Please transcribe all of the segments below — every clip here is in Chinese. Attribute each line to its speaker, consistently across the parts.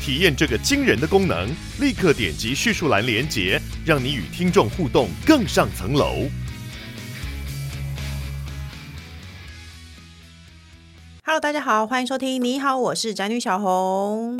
Speaker 1: 体验这个惊人的功能，立刻点击叙述栏连接，让你与听众互动更上层楼。
Speaker 2: Hello，大家好，欢迎收听。你好，我是宅女小红。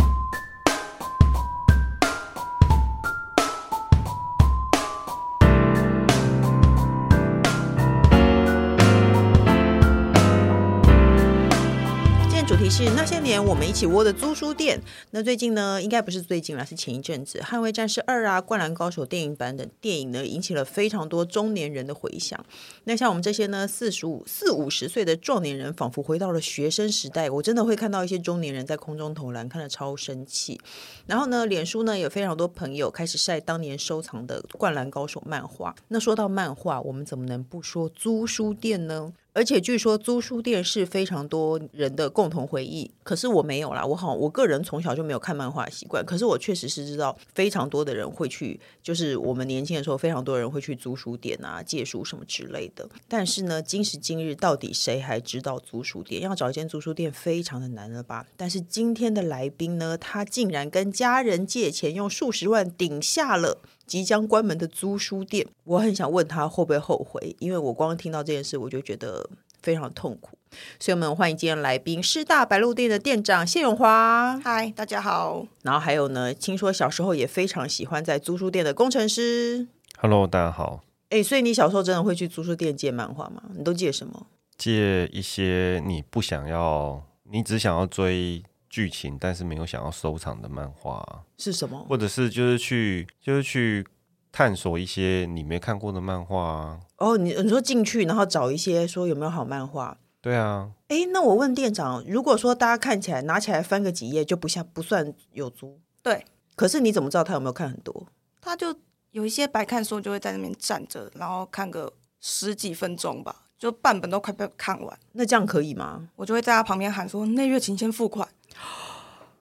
Speaker 2: 今天主题是那些年我们一起窝的租书店。那最近呢，应该不是最近了，是前一阵子，《捍卫战士二》啊，《灌篮高手》电影版等电影呢，引起了非常多中年人的回响。那像我们这些呢，四十五、四五十岁的壮年人，仿佛回到了学生时代。我真的会看到一些中年人在空中投篮，看得超生气。然后呢，脸书呢有非常多朋友开始晒当年收藏的《灌篮高手》漫画。那说到漫画，我们怎么能不说租书店呢？而且据说租书店是非常多人的共同回忆，可是我没有啦。我好，我个人从小就没有看漫画的习惯，可是我确实是知道非常多的人会去，就是我们年轻的时候，非常多人会去租书店啊、借书什么之类的。但是呢，今时今日，到底谁还知道租书店？要找一间租书店非常的难了吧？但是今天的来宾呢，他竟然跟家人借钱，用数十万顶下了。即将关门的租书店，我很想问他会不会后悔，因为我光听到这件事，我就觉得非常痛苦。所以我们欢迎今天来宾，师大白鹿店的店长谢永华，
Speaker 3: 嗨，大家好。
Speaker 2: 然后还有呢，听说小时候也非常喜欢在租书店的工程师。
Speaker 4: Hello，大家好。
Speaker 2: 哎，所以你小时候真的会去租书店借漫画吗？你都借什么？
Speaker 4: 借一些你不想要，你只想要追剧情，但是没有想要收藏的漫画，
Speaker 2: 是什么？
Speaker 4: 或者是就是去就是去探索一些你没看过的漫画。啊
Speaker 2: 哦，你你说进去，然后找一些说有没有好漫画。
Speaker 4: 对啊，
Speaker 2: 哎，那我问店长，如果说大家看起来拿起来翻个几页就不像不算有租，
Speaker 3: 对，
Speaker 2: 可是你怎么知道他有没有看很多？
Speaker 3: 他就有一些白看书就会在那边站着，然后看个十几分钟吧，就半本都快被看完，
Speaker 2: 那这样可以吗？
Speaker 3: 我就会在他旁边喊说：“那月请先付款。”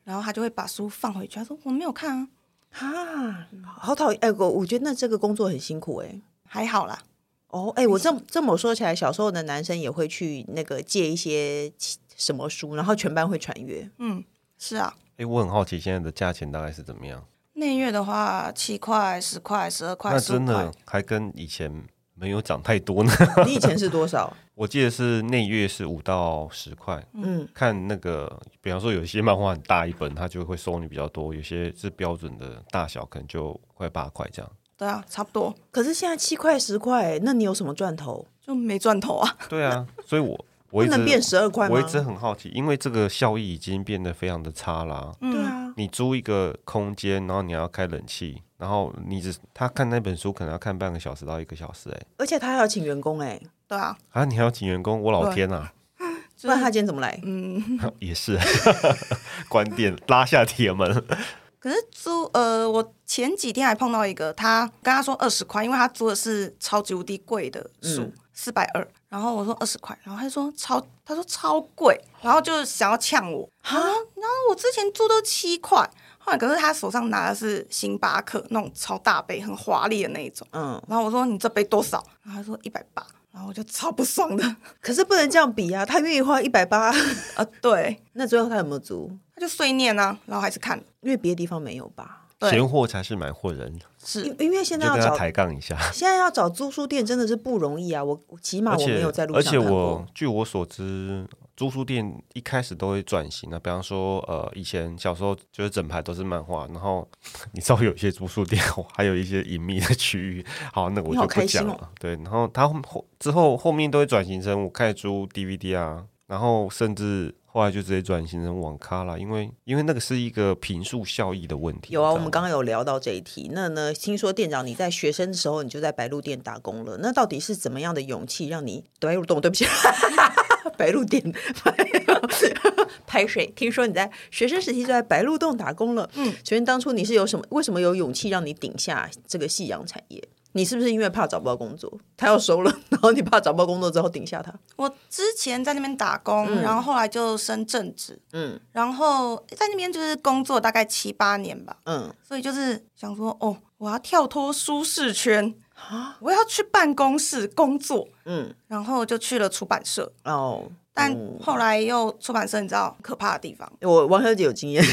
Speaker 3: 然后他就会把书放回去，他说：“我没有看啊，
Speaker 2: 啊，好讨厌！哎、我我觉得那这个工作很辛苦哎、
Speaker 3: 还好啦。
Speaker 2: 哦，哎、我这么这么说起来，小时候的男生也会去那个借一些其什么书，然后全班会传 阅。”
Speaker 3: 嗯，是啊。
Speaker 4: 诶，我很好奇现在的价钱大概是怎么样？
Speaker 3: 那月的话，七块、十块、十二块、
Speaker 4: 那
Speaker 3: 十五
Speaker 4: 真
Speaker 3: 块
Speaker 4: 的，还跟以前没有涨太多呢。
Speaker 2: 你以前是多少？
Speaker 4: 我记得是内月是五到十块，
Speaker 2: 嗯，
Speaker 4: 看那个，比方说有一些漫画很大一本，它就会收你比较多；有些是标准的大小，可能就快八块这样。
Speaker 3: 对啊，差不多
Speaker 2: 可是现在七块十块，那你有什么赚头？
Speaker 3: 就没赚头啊。
Speaker 4: 对啊，所以我我
Speaker 2: 不
Speaker 4: 一直
Speaker 2: 能变十二块吗？
Speaker 4: 我一直很好奇，因为这个效益已经变得非常的差啦。
Speaker 2: 对啊，
Speaker 4: 你租一个空间，然后你要开冷气，然后你只他看那本书可能要看半个小时到一个小时、欸，
Speaker 2: 而且他还要请员工哎、
Speaker 3: 对啊，
Speaker 4: 啊，你还要请员工，我老
Speaker 3: 对
Speaker 4: 天啊，
Speaker 2: 不然他今天怎么来？
Speaker 3: 嗯，
Speaker 4: 也是关店拉下铁门，
Speaker 3: 可是租呃，我前几天还碰到一个，他跟他说二十块，因为他租的是超级无敌贵的书
Speaker 2: 嗯，
Speaker 3: 四百二。然后我说二十块，然后他就说超，他说超贵，然后就想要呛我啊。然后我之前租都七块，后来可是他手上拿的是星巴克那种超大杯，很华丽的那一种。
Speaker 2: 嗯，
Speaker 3: 然后我说你这杯多少？然后他说一百八，然后我就超不爽的。
Speaker 2: 可是不能这样比啊！他愿意花一百八，
Speaker 3: 啊，对，
Speaker 2: 那最后他有没有租？
Speaker 3: 他就碎念啊，然后还是看了，
Speaker 2: 因为别的地方没有吧？
Speaker 3: 对，
Speaker 4: 闲货才是买货人，
Speaker 3: 是
Speaker 2: 因因为现
Speaker 4: 你
Speaker 2: 在
Speaker 4: 就
Speaker 2: 要
Speaker 4: 跟他
Speaker 2: 找
Speaker 4: 抬杠一下。
Speaker 2: 现在要找租书店真的是不容易啊！我我起码
Speaker 4: 而
Speaker 2: 我
Speaker 4: 且
Speaker 2: 没有在路
Speaker 4: 而
Speaker 2: 上
Speaker 4: 且
Speaker 2: 看
Speaker 4: 我
Speaker 2: 过。
Speaker 4: 据我所知，租书店一开始都会转型的，比方说，呃，以前小时候就是整排都是漫画，然后你知道有一些租书店 还有一些隐秘的区域，好，那个我
Speaker 2: 你好
Speaker 4: 就不
Speaker 2: 开心
Speaker 4: 讲
Speaker 2: 哦
Speaker 4: 了。对，然后它后后之后后面都会转型成我开始租 DVD 啊，然后甚至。后来就直接转型成网咖啦，因为因为那个是一个频数效益的问题。
Speaker 2: 有啊，
Speaker 4: 你知道
Speaker 2: 我们
Speaker 4: 吗
Speaker 2: 刚刚有聊到这一题。那呢，听说店长你在学生的时候你就在白鹿店打工了，那到底是怎么样的勇气让你白鹿洞？对不起， 白鹿店排水。听说你在学生时期就在白鹿洞打工了，嗯，请问当初你是有什么？为什么有勇气让你顶下这个夕阳产业？你是不是因为怕找不到工作，他要收了，然后你怕找不到工作之后顶下他？
Speaker 3: 我之前在那边打工，然后后来就升正职，
Speaker 2: 嗯
Speaker 3: 然后在那边就是工作大概七八年吧，
Speaker 2: 嗯，
Speaker 3: 所以就是想说，哦，我要跳脱舒适圈
Speaker 2: 啊，
Speaker 3: 我要去办公室工作，
Speaker 2: 嗯
Speaker 3: 然后就去了出版社。
Speaker 2: 哦，
Speaker 3: 但
Speaker 2: 嗯
Speaker 3: 后来又出版社，你知道很可怕的地方，
Speaker 2: 我王小姐有经验，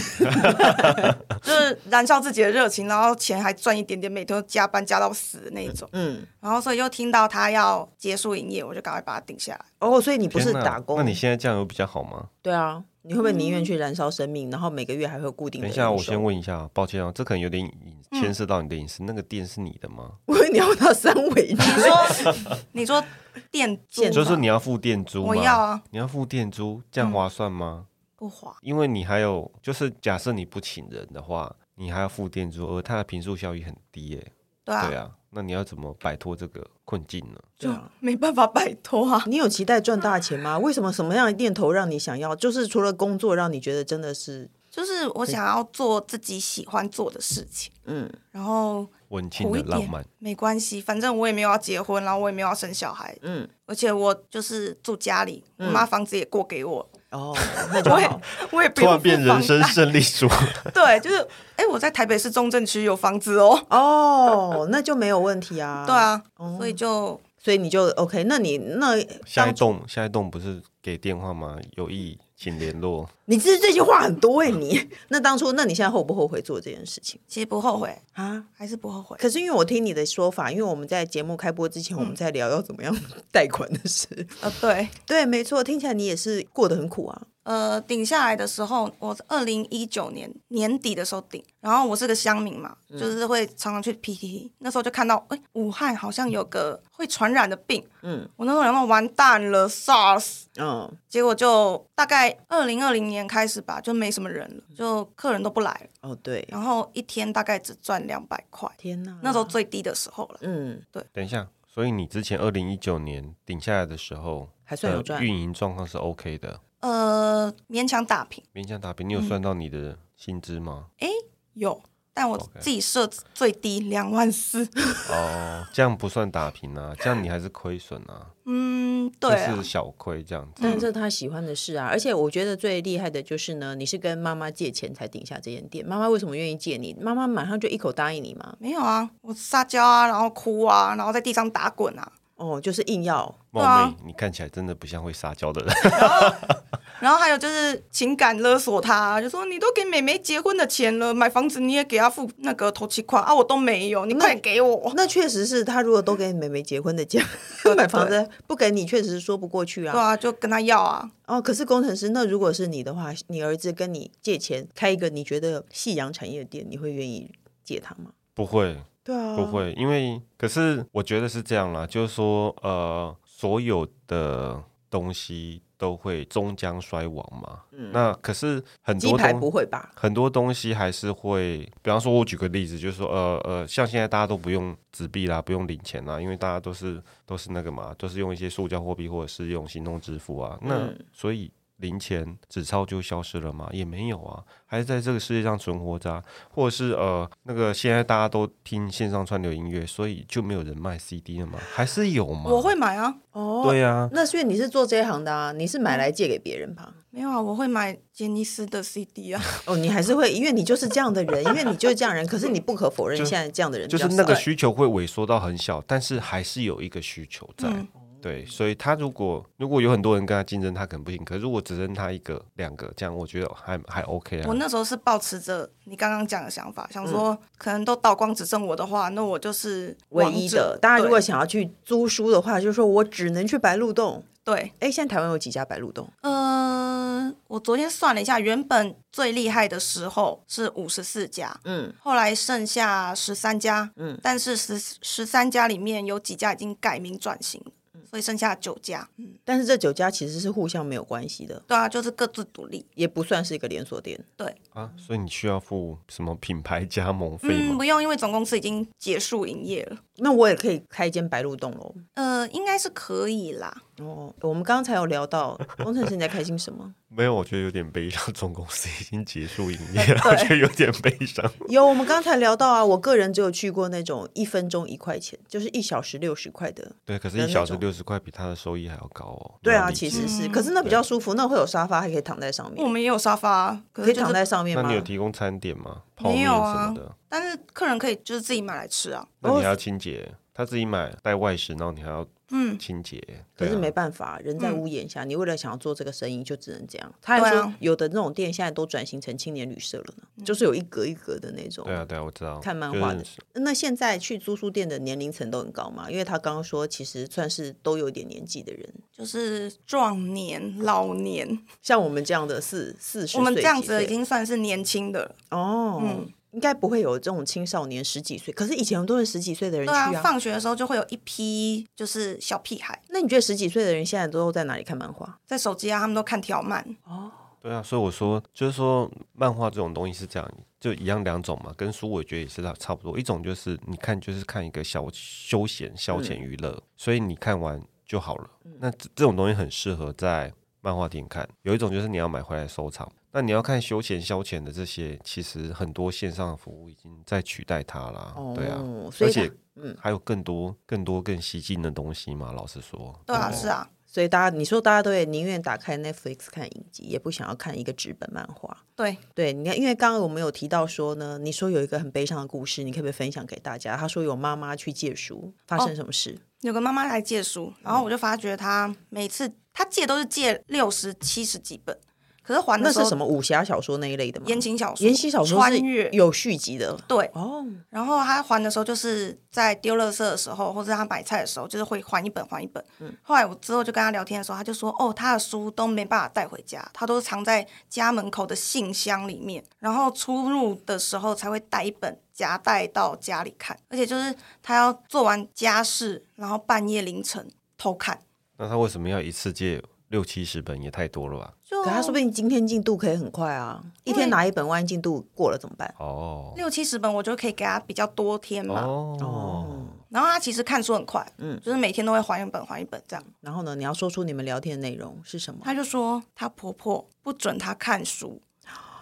Speaker 3: 就是燃烧自己的热情，然后钱还赚一点点，每天都加班加到死的那一种。
Speaker 2: 嗯，
Speaker 3: 然后所以又听到他要结束营业，我就赶快把它定下 来。
Speaker 2: 哦，所以你不是
Speaker 4: 天哪
Speaker 2: 打工，
Speaker 4: 那你现在这样有比较好吗？
Speaker 2: 对啊，你会不会宁愿去燃烧生命，然后每个月还会有固定的？
Speaker 4: 等一下，我先，问一下，抱歉啊，这可能有点隐
Speaker 3: 嗯
Speaker 4: 牵涉到你的隐私。那个店是你的吗？
Speaker 2: 我以为你要到三围呢，
Speaker 3: 你说，你说店租
Speaker 2: 现
Speaker 3: 吗
Speaker 2: 嗯
Speaker 4: 就是说你要付店租吗？
Speaker 3: 我要啊，嗯
Speaker 4: 你要付店租，这样划算吗？
Speaker 3: 不花，
Speaker 4: 因为你还有，就是假设你不请人的话，你还要付店租，而它的平数效益很低耶、
Speaker 3: 对啊，
Speaker 4: 对啊，那你要怎么摆脱这个困境呢？
Speaker 2: 对啊。
Speaker 3: 没办法摆脱 啊。
Speaker 2: 你有期待赚大钱吗？为什么什么样的念头让你想要？就是除了工作，让你觉得真的是，
Speaker 3: 就是我想要做自己喜欢做的事情，
Speaker 2: 嗯，
Speaker 3: 然后
Speaker 4: 文青
Speaker 3: 苦一
Speaker 4: 的浪
Speaker 3: 点
Speaker 4: 漫，
Speaker 3: 没关系，反正我也没有要结婚，然后我也没有要生小孩，
Speaker 2: 嗯，
Speaker 3: 而且我就是住家里，我妈房子也过给我，
Speaker 2: 哦，那就 好。
Speaker 3: 我也不
Speaker 4: 突
Speaker 3: 用
Speaker 4: 然变
Speaker 3: 付房
Speaker 4: 人生
Speaker 3: 贷
Speaker 4: 胜 利组。
Speaker 3: 对，就是哎、我在台北市中正区有房子哦，
Speaker 2: 哦，那就没有问题啊。
Speaker 3: 对，啊，所以就
Speaker 2: 所以你就 OK。那你那
Speaker 4: 下一
Speaker 2: 当
Speaker 4: 栋，下一栋不是给电话吗？有意请联络。
Speaker 2: 你这这句话很多哎、你那当初，那你现在后不后悔做这件事情
Speaker 3: 其实不后悔，
Speaker 2: 啊？
Speaker 3: 还是不后悔。
Speaker 2: 可是因为我听你的说法，因为我们在节目开播之前，我们在聊要怎么样 贷款的事。
Speaker 3: 呃，对，
Speaker 2: 对，没错，听起来你也是过得很苦啊。
Speaker 3: 呃，顶下来的时候，我二零一九年年底的时候顶，然后我是个乡民嘛，就是会常常去 PTT，那时候就看到，哎、武汉好像有个会传染的病，
Speaker 2: 嗯
Speaker 3: 我那时候想到完蛋了，SARS。
Speaker 2: 嗯，
Speaker 3: 结果就大概二零二零年开始吧，就没什么人了，就客人都不来了，
Speaker 2: 哦对，
Speaker 3: 然后一天大概只赚两百块，
Speaker 2: 天哪，
Speaker 3: 那时候最低的时候了。
Speaker 2: 嗯
Speaker 4: 等一下，所以你之前二零一九年顶下来的时候，
Speaker 2: 还算有
Speaker 4: 呃
Speaker 2: 赚
Speaker 4: 运营状况是 OK 的，
Speaker 3: 呃，勉强打平
Speaker 4: 勉强打平。你
Speaker 2: 嗯
Speaker 4: 有算到你的薪资吗？
Speaker 3: 有，但我
Speaker 4: OK
Speaker 3: 自己设最低两万四。
Speaker 4: 哦， 这样不算打平啊，这样你还是亏损啊，
Speaker 3: 嗯，对
Speaker 4: 就
Speaker 3: 啊
Speaker 4: 是，小亏这样子。
Speaker 2: 但这是他喜欢的事啊，而且我觉得最厉害的就是呢，你是跟妈妈借钱才顶下这间店。妈妈为什么愿意借你？妈妈马上就一口答应你嘛。
Speaker 3: 没有啊，我撒娇啊，然后哭啊，然后在地上打滚啊，
Speaker 2: 哦，就是硬要。
Speaker 4: 冒
Speaker 3: 对啊
Speaker 4: 昧，你看起来真的不像会撒娇的人。
Speaker 3: 然后还有就是情感勒索他、啊就说你都给妹妹结婚的钱了，买房子你也给她付那个头期款啊，我都没有，你快点给我。
Speaker 2: 那确实是他如果都给妹妹结婚的 钱买房子，不给你确实是说不过去
Speaker 3: 对
Speaker 2: 啊。
Speaker 3: 啊，就跟他要啊。
Speaker 2: 哦，可是工程师，那如果是你的话，你儿子跟你借钱开一个你觉得夕阳产业的店，你会愿意借他吗？
Speaker 4: 不会，
Speaker 2: 对啊，
Speaker 4: 不。会，因为可是我觉得是这样啦，就是说，呃，所有的东西都会终将衰亡嘛。那可是很
Speaker 2: 嗯鸡
Speaker 4: 多
Speaker 2: 排
Speaker 4: 东
Speaker 2: 不会吧？
Speaker 4: 很多东西还是会，比方说，我举个例子，就是说，呃呃，像现在大家都不用纸币啦，不用零钱啦，因为大家都是都是那个嘛，都是用一些塑胶货币或者是用行动支付啊。那、
Speaker 2: 嗯
Speaker 4: 所以零钱纸钞就消失了吗？也没有啊，还是在这个世界上存活着、啊，或者是呃，那个现在大家都听线上串流音乐，所以就没有人卖 CD 了吗？还是有嘛？
Speaker 3: 我会买啊，
Speaker 2: 哦，
Speaker 4: 对啊，
Speaker 2: 那是因为你是做这一行的啊，你是买来借给别人吧？
Speaker 3: 没有啊，我会买杰尼斯的 CD 啊。
Speaker 2: 哦，你还是会，因为你就是这样的人，因为你就是这样的人。可是你不可否认，
Speaker 4: 就
Speaker 2: 现在这样的人
Speaker 4: 就
Speaker 2: 比
Speaker 4: 是
Speaker 2: 较
Speaker 4: 那个
Speaker 2: 少
Speaker 4: 需求会萎缩到很小，但是还是有一个需求 在。
Speaker 3: 嗯
Speaker 2: 哦
Speaker 4: 对，所以他如果如果有很多人跟他竞争，他可能不行。可是如果只剩他一个、两个，这样我觉得还还 OK 啊
Speaker 3: 我。那时候是抱持着你刚刚讲的想法，想
Speaker 4: 嗯
Speaker 3: 说可能都倒光只剩我的话，那我就是
Speaker 2: 唯
Speaker 3: 王
Speaker 2: 一
Speaker 3: 者
Speaker 2: 的。大家
Speaker 3: 对
Speaker 2: 如果想要去租书的话，就是说我只能去白鹿洞。
Speaker 3: 对，
Speaker 2: 哎，现在台湾有几家白鹿洞？啊
Speaker 3: 呃，我昨天算了一下，原本最厉害的时候是五十四家，
Speaker 2: 嗯，
Speaker 3: 后来剩下十三家，
Speaker 2: 嗯嗯
Speaker 3: 但是十十三家里面有几家已经改名转型了，所以剩下九家，嗯，
Speaker 2: 但是这九家其实是互相没有关系的，
Speaker 3: 对啊，就是各自独立，
Speaker 2: 也不算是一个连锁店。
Speaker 3: 对，
Speaker 4: 啊，所以你需要付什么品牌加盟费
Speaker 3: 嗯，
Speaker 4: 吗？
Speaker 3: 不用，因为总公司已经结束营业了，
Speaker 2: 那我也可以开一间白鹿洞喽。
Speaker 3: 呃，应该是可以啦，
Speaker 2: 哦，我们刚才有聊到工程师你在开心什么？
Speaker 4: 没有，我觉得有点悲伤。总公司已经结束营业 了，我觉得有点悲伤。
Speaker 2: 有，我们刚才聊到啊，我个人只有去过那种一分钟一块钱，就是一小时六十块的。
Speaker 4: 对，可是
Speaker 2: 的
Speaker 4: 一
Speaker 2: 那
Speaker 4: 小时
Speaker 2: 种
Speaker 4: 六十块比他的收益还要高哦。
Speaker 2: 对
Speaker 4: 你要
Speaker 2: 啊，
Speaker 4: 理
Speaker 2: 其
Speaker 4: 解
Speaker 2: 实是，可是那比较舒服，那会有沙发，还可以躺在上
Speaker 3: 我
Speaker 2: 面，
Speaker 3: 们也有沙发，啊
Speaker 2: 嗯
Speaker 3: 可
Speaker 2: 可
Speaker 3: 是
Speaker 2: 以
Speaker 3: 就
Speaker 2: 躺
Speaker 3: 是
Speaker 2: 在上面
Speaker 4: 那
Speaker 2: 吗
Speaker 4: 你？有提供餐点吗？泡
Speaker 3: 没
Speaker 4: 面
Speaker 3: 有
Speaker 4: 什么
Speaker 3: 啊
Speaker 4: 的？
Speaker 3: 但是客人可以就是自己买来吃啊，
Speaker 4: 那你还要清洁？他自己买带外食，然后你还要
Speaker 3: 嗯，
Speaker 4: 清洁。
Speaker 2: 可
Speaker 4: 对
Speaker 2: 是
Speaker 4: 啊
Speaker 2: 没办法，人在
Speaker 3: 嗯
Speaker 2: 屋檐下，你为了想要做这个生意，就只能这样。他还
Speaker 3: 对
Speaker 2: 说
Speaker 3: 啊，嗯
Speaker 2: 有的那种店现在都转型成青年旅社了呢，就是有一格一格的那种。
Speaker 4: 对啊，对啊，我知道。
Speaker 2: 看漫
Speaker 4: 就
Speaker 2: 画
Speaker 4: 是
Speaker 2: 的那现在去租书店的年龄层都很高嘛？因为他刚刚说，其实算是都有一点年纪的人，
Speaker 3: 就是壮年、老年，
Speaker 2: 像我们这样的四四十，
Speaker 3: 我们这样
Speaker 2: 几
Speaker 3: 子
Speaker 2: 岁啊
Speaker 3: 已经嗯算是年轻的了，
Speaker 2: 哦，应该不会有这种青少年十几岁，可是以前很多人十几岁的人去
Speaker 3: 对啊，放学的时候就会有一批就是小屁孩，
Speaker 2: 那你觉得十几岁的人现在都在哪里看漫画？
Speaker 3: 在手机啊，他们都看条漫，
Speaker 4: 对啊，所以我说，就是说，漫画这种东西是这样，就一样两种嘛，跟书我觉得也是差差不多。一种就是你看，就是看一个小休闲、
Speaker 2: 嗯
Speaker 4: 消遣娱乐，所以你看完就好了。那这这种东西很适合在漫画店看。有一种就是你要买回来收藏。那你要看休闲消遣的这些，其实很多线上的服务已经在取代它啦。对啊，
Speaker 2: 哦所
Speaker 4: 而
Speaker 2: 以它
Speaker 4: 且还有更多、更多、更吸睛的东西嘛。老实说，
Speaker 3: 对
Speaker 2: 哦
Speaker 3: 啊，
Speaker 4: 不
Speaker 3: 是啊，
Speaker 2: 所以大家，你说大家都会宁愿打开 Netflix 看影集，也不想要看一个纸本漫画。
Speaker 3: 对，
Speaker 2: 对，你看，因为刚刚我们有提到说呢，你说有一个很悲伤的故事，你可不可以分享给大家？他说有妈妈去借书，发生什么事？
Speaker 3: 有个妈妈来借书，然后我就发觉她每次她借都是借六十七十几本，可是还
Speaker 2: 那
Speaker 3: 的时
Speaker 2: 是
Speaker 3: 候
Speaker 2: 什么武侠小说那一类的吗？
Speaker 3: 言情小说，
Speaker 2: 言情小说
Speaker 3: 穿
Speaker 2: 是
Speaker 3: 越
Speaker 2: 有续集的
Speaker 3: 对，
Speaker 2: 哦，
Speaker 3: 然后他还的时候，就是在丢垃圾的时候，或者他买菜的时候，就是会还一本还一本。后来我之后就跟他聊天的时候，他就说：“哦，他的书都没办法带回家，他都是藏在家门口的信箱里面，然后出入的时候才会带一本夹带到家里看。而且就是他要做完家事，然后半夜凌晨偷看。
Speaker 4: 那他为什么要一次借六七十本？也太多了吧？
Speaker 3: 就
Speaker 2: 可他说不定今天进度可以很快啊，一
Speaker 3: 因
Speaker 2: 天
Speaker 3: 为
Speaker 2: 拿一本，万一进度过了怎么办？
Speaker 4: 哦，
Speaker 3: 六七十本，我就可以给他比较多天嘛。
Speaker 4: 哦，
Speaker 2: 嗯
Speaker 3: 然后他其实看书很快，嗯，就是每天都会还一本还一本这样。
Speaker 2: 然后呢，你要说出你们聊天的内容是什么？
Speaker 3: 她就说她婆婆不准她看书，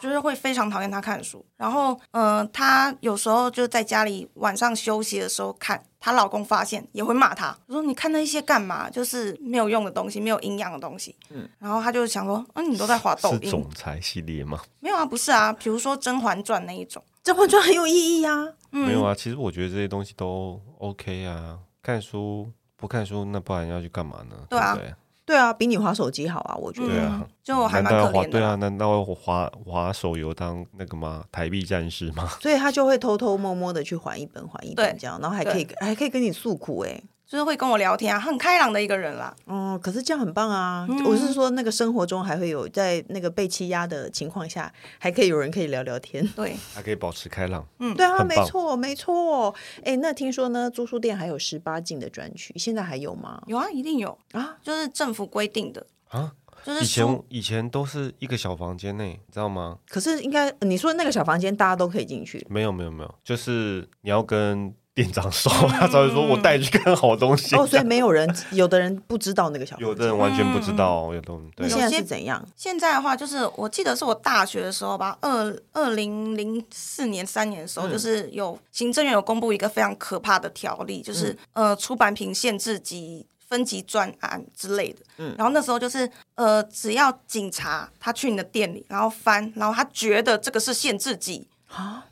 Speaker 3: 就是会非常讨厌她看书。然后，呃，她有时候就在家里晚上休息的时候看，她老公发现也会骂她，说你看那些干嘛？就是没有用的东西，没有营养的东西。嗯，然后她就想说，嗯、你都在滑抖
Speaker 4: 是
Speaker 3: 音
Speaker 4: 总？裁系列吗？
Speaker 3: 没有啊，不是啊，比如说《甄嬛传》那一种，
Speaker 2: 这换装很有意义啊！
Speaker 3: 嗯
Speaker 4: 没有啊，其实我觉得这些东西都 OK 啊。看书不看书，那不然要去干嘛呢？
Speaker 3: 对啊
Speaker 4: 不对
Speaker 2: 对啊，比你划手机好啊，我觉
Speaker 3: 嗯
Speaker 4: 对
Speaker 2: 得。
Speaker 4: 啊，
Speaker 3: 就我还
Speaker 4: 难
Speaker 3: 蛮
Speaker 4: 道要
Speaker 3: 可
Speaker 4: 滑
Speaker 3: 怜
Speaker 4: 对
Speaker 3: 的。
Speaker 4: 啊？难道要滑滑手游当那个吗？台币战士 吗？
Speaker 2: 所以他就会偷偷摸摸的去还一本，还一本
Speaker 3: 对
Speaker 2: 这样，然后还可以还可以跟你诉苦哎、
Speaker 3: 就是会跟我聊天啊，很开朗的一个人啦。
Speaker 2: 哦、可是这样很棒啊！
Speaker 3: 嗯
Speaker 2: 我是说，那个生活中还会有在那个被欺压的情况下，还可以有人可以聊聊天。
Speaker 3: 对，
Speaker 4: 还可以保持开朗。
Speaker 2: 对啊，
Speaker 4: 很
Speaker 2: 没
Speaker 4: 棒
Speaker 2: 错没错。哎，那听说呢，租书店还有十八禁的专区，现在还有吗？
Speaker 3: 有啊，一定有
Speaker 2: 啊
Speaker 3: 啊，就是政府规定的
Speaker 4: 啊。
Speaker 3: 就是
Speaker 4: 以
Speaker 3: 书
Speaker 4: 前以前都是一个小房间内，你知道吗？
Speaker 2: 可是应该你说那个小房间，大家都可以进 去。
Speaker 4: 没有没有没有，就是你要跟店长说，
Speaker 3: 嗯
Speaker 4: 他才会说我带你去看好东西。啊
Speaker 2: 哦，所以没有人，有的人不知道那个小房间。
Speaker 4: 有的人完全不知道，有的人对
Speaker 2: 那现在
Speaker 3: 有
Speaker 2: 是
Speaker 3: 些
Speaker 2: 怎样？
Speaker 3: 现在的话，就是我记得是我大学的时候吧，二二零零四年、三年的时候，就是有行政院有公布一个非常可怕的条例，就是、呃出版品限制及分级专案之类的。然后那时候就是呃，只要警察他去你的店里，然后翻，然后他觉得这个是限制级。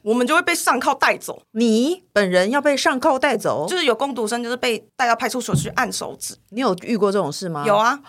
Speaker 3: 我们就会被上铐带走，
Speaker 2: 你本人要被上铐带走
Speaker 3: 就？是有攻读生就是被带到派出所去按手指，
Speaker 2: 你有遇过这种事吗？
Speaker 3: 有啊。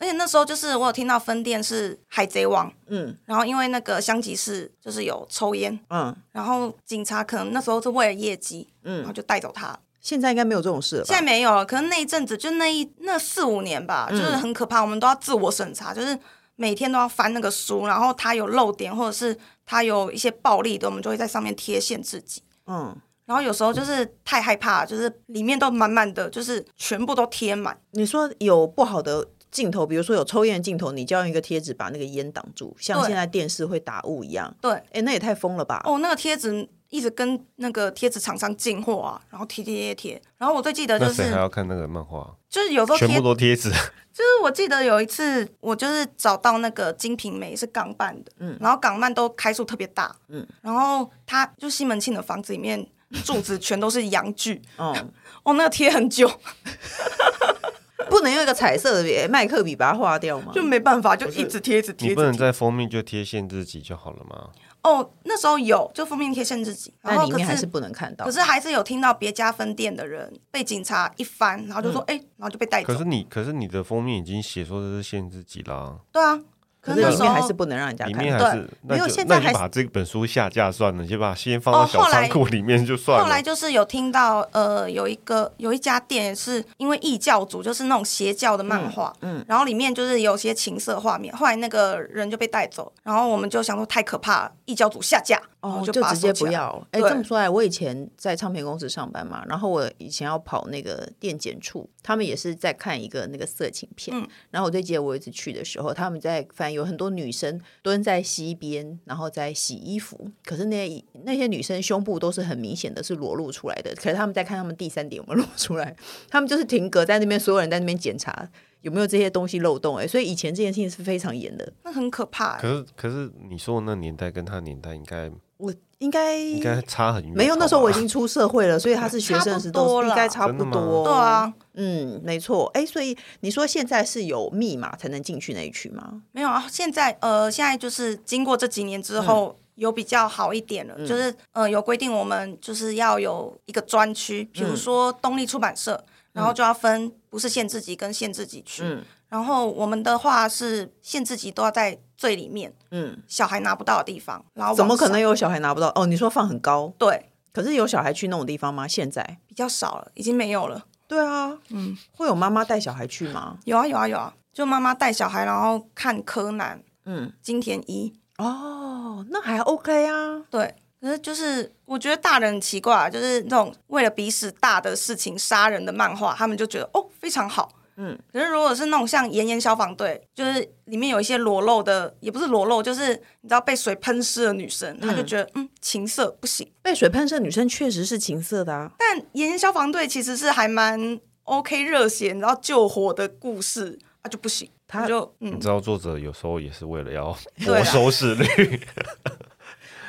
Speaker 3: 而且那时候就是我有听到分店是《海贼王》，
Speaker 2: 嗯
Speaker 3: 嗯，然后因为那个香吉士就是有抽烟，
Speaker 2: 嗯，
Speaker 3: 然后警察可能那时候是为了业绩，嗯，然后就带走他了。
Speaker 2: 现在应该没有这种事了吧
Speaker 3: 现在没有了，可是那一阵子就那一那四五年吧，就是很可怕，我们都要自我审查，就是每天都要翻那个书，然后他有漏点或者是他有一些暴力的，我们就会在上面贴限制级。
Speaker 2: 嗯，
Speaker 3: 然后有时候就是太害怕，就是里面都满满的，就是全部都贴满。
Speaker 2: 你说有不好的镜头，比如说有抽烟的镜头，你就要用一个贴纸把那个烟挡住，像
Speaker 3: 对
Speaker 2: 现在电视会打雾一样。
Speaker 3: 对，
Speaker 2: 哎，那也太疯了吧！
Speaker 3: 哦，那个贴纸一直跟那个贴纸厂商进货啊，然后贴贴贴贴。然后我最记得
Speaker 4: 那
Speaker 3: 就
Speaker 4: 谁还
Speaker 3: 是
Speaker 4: 要看那个漫画？
Speaker 3: 就是有时候
Speaker 4: 全
Speaker 3: 贴
Speaker 4: 部都贴纸，
Speaker 3: 就是我记得有一次，我就是找到那个《金瓶梅》是港版的，然后港漫都开数特别大，
Speaker 2: 嗯
Speaker 3: 然后他就西门庆的房子里面柱子全都是洋剧，
Speaker 2: 嗯，
Speaker 3: 哦，那个贴很久，
Speaker 2: 不能用一个彩色的笔麦克笔把它画掉吗？
Speaker 3: 就没办法，就一直贴一直贴
Speaker 4: 你
Speaker 3: 一
Speaker 4: 不
Speaker 3: 直
Speaker 4: 能
Speaker 3: 贴。
Speaker 4: 在封面就贴限制级就好了吗？
Speaker 3: 哦，那时候有就封面贴限制级，然
Speaker 2: 但
Speaker 3: 后
Speaker 2: 里
Speaker 3: 可
Speaker 2: 面还
Speaker 3: 是
Speaker 2: 是不能看到。
Speaker 3: 可是还是有听到别家分店的人被警察一翻，然后就说哎、然后就被带走
Speaker 4: 嗯可。是你，可是你的封面已经写说这是限制级啦，
Speaker 3: 对啊，
Speaker 2: 可
Speaker 3: 是
Speaker 2: 是
Speaker 3: 那
Speaker 2: 里
Speaker 3: 时
Speaker 2: 面还
Speaker 3: 候
Speaker 2: 是不啊能让人家
Speaker 4: 里
Speaker 2: 看
Speaker 4: 面
Speaker 2: 到。
Speaker 4: 还是那
Speaker 2: 没有
Speaker 4: 就
Speaker 2: 现在
Speaker 4: 那你
Speaker 2: 还
Speaker 4: 就是把这本书下架算了，你就把先放到
Speaker 3: 哦
Speaker 4: 小
Speaker 3: 后来
Speaker 4: 仓库里面就算
Speaker 3: 后
Speaker 4: 了
Speaker 3: 来。就是有听到，呃，有一个有一家店是因为异教组，就是那种邪教的漫画、嗯，然后里面就是有些情色画面。后来那个人就被带走，然后我们就想说太可怕了，异教组下架，然
Speaker 2: 哦
Speaker 3: 后，
Speaker 2: 就
Speaker 3: 就把它
Speaker 2: 直接
Speaker 3: 收起
Speaker 2: 不
Speaker 3: 来。
Speaker 2: 要。哎，
Speaker 3: 对
Speaker 2: 这么说来，我以前在唱片公司上班嘛，然后我以前要跑那个电检处，他们也是在看一个那个色情片。
Speaker 3: 嗯
Speaker 2: 然后我最记得我有一次去的时候，他们在翻，有很多女生蹲在溪边，然后在洗衣服。可是那那些女生胸部都是很明显的是裸露出来的，可是他们在看他们第三点有没 有露出来，他们就是停格在那边，所有人在那边检查。有没有这些东西漏洞、哎，所以以前这件事情是非常严的。
Speaker 3: 那很可怕、欸
Speaker 4: 可。是可是你说的那年代跟他年代应该
Speaker 2: 我应该
Speaker 4: 应该差很远。
Speaker 2: 没有，那时候我已
Speaker 4: 好吧
Speaker 2: 经出社会了，所以他是学生的时
Speaker 3: 差不
Speaker 2: 候
Speaker 3: 多啦
Speaker 2: 应该差不
Speaker 4: 真的
Speaker 2: 多。
Speaker 4: 吗
Speaker 3: 对，啊，
Speaker 2: 嗯，没错。哎，所以你说现在是有密码才能进去那一区吗？
Speaker 3: 没有啊。现在呃，现在就是经过这几年之
Speaker 2: 嗯
Speaker 3: 后。有比较好一点了，就是呃有规定，我们就是要有一个专区，比
Speaker 2: 嗯
Speaker 3: 如说东立出版社，然后就要分不是限制级跟限制级区，
Speaker 2: 嗯
Speaker 3: 然后我们的话是限制级都要在最里面，
Speaker 2: 嗯，
Speaker 3: 小孩拿不到的地方。然后往
Speaker 2: 怎么可能
Speaker 3: 上？
Speaker 2: 有小孩拿不到？哦，你说放很高，
Speaker 3: 对，
Speaker 2: 可是有小孩去那种地方吗？现在？
Speaker 3: 比较少了，已经没有了。
Speaker 2: 对啊，嗯，会有妈妈带小孩去吗？
Speaker 3: 有啊有啊有啊，就妈妈带小孩，然后看柯南、
Speaker 2: 嗯，
Speaker 3: 金田一。
Speaker 2: 哦，那还 OK 啊。
Speaker 3: 对，可是就是我觉得大人很奇怪啊，就是那种为了鼻屎大的事情杀人的漫画，他们就觉得哦非常好。
Speaker 2: 嗯，
Speaker 3: 可是如果是那种像《炎炎消防队》，就是里面有一些裸露的，也不是裸露，就是你知道被水喷湿的女生，她就觉得嗯情色不行。
Speaker 2: 被水喷射女生确实是情色的啊。
Speaker 3: 但《炎炎消防队》其实是还蛮 OK 热血，然后救火的故事啊就不行，
Speaker 2: 他
Speaker 3: 他就
Speaker 4: 你
Speaker 3: 嗯，
Speaker 4: 知道作者有时候也是为 了要
Speaker 3: 对
Speaker 4: 博
Speaker 3: 啊
Speaker 4: 收视率，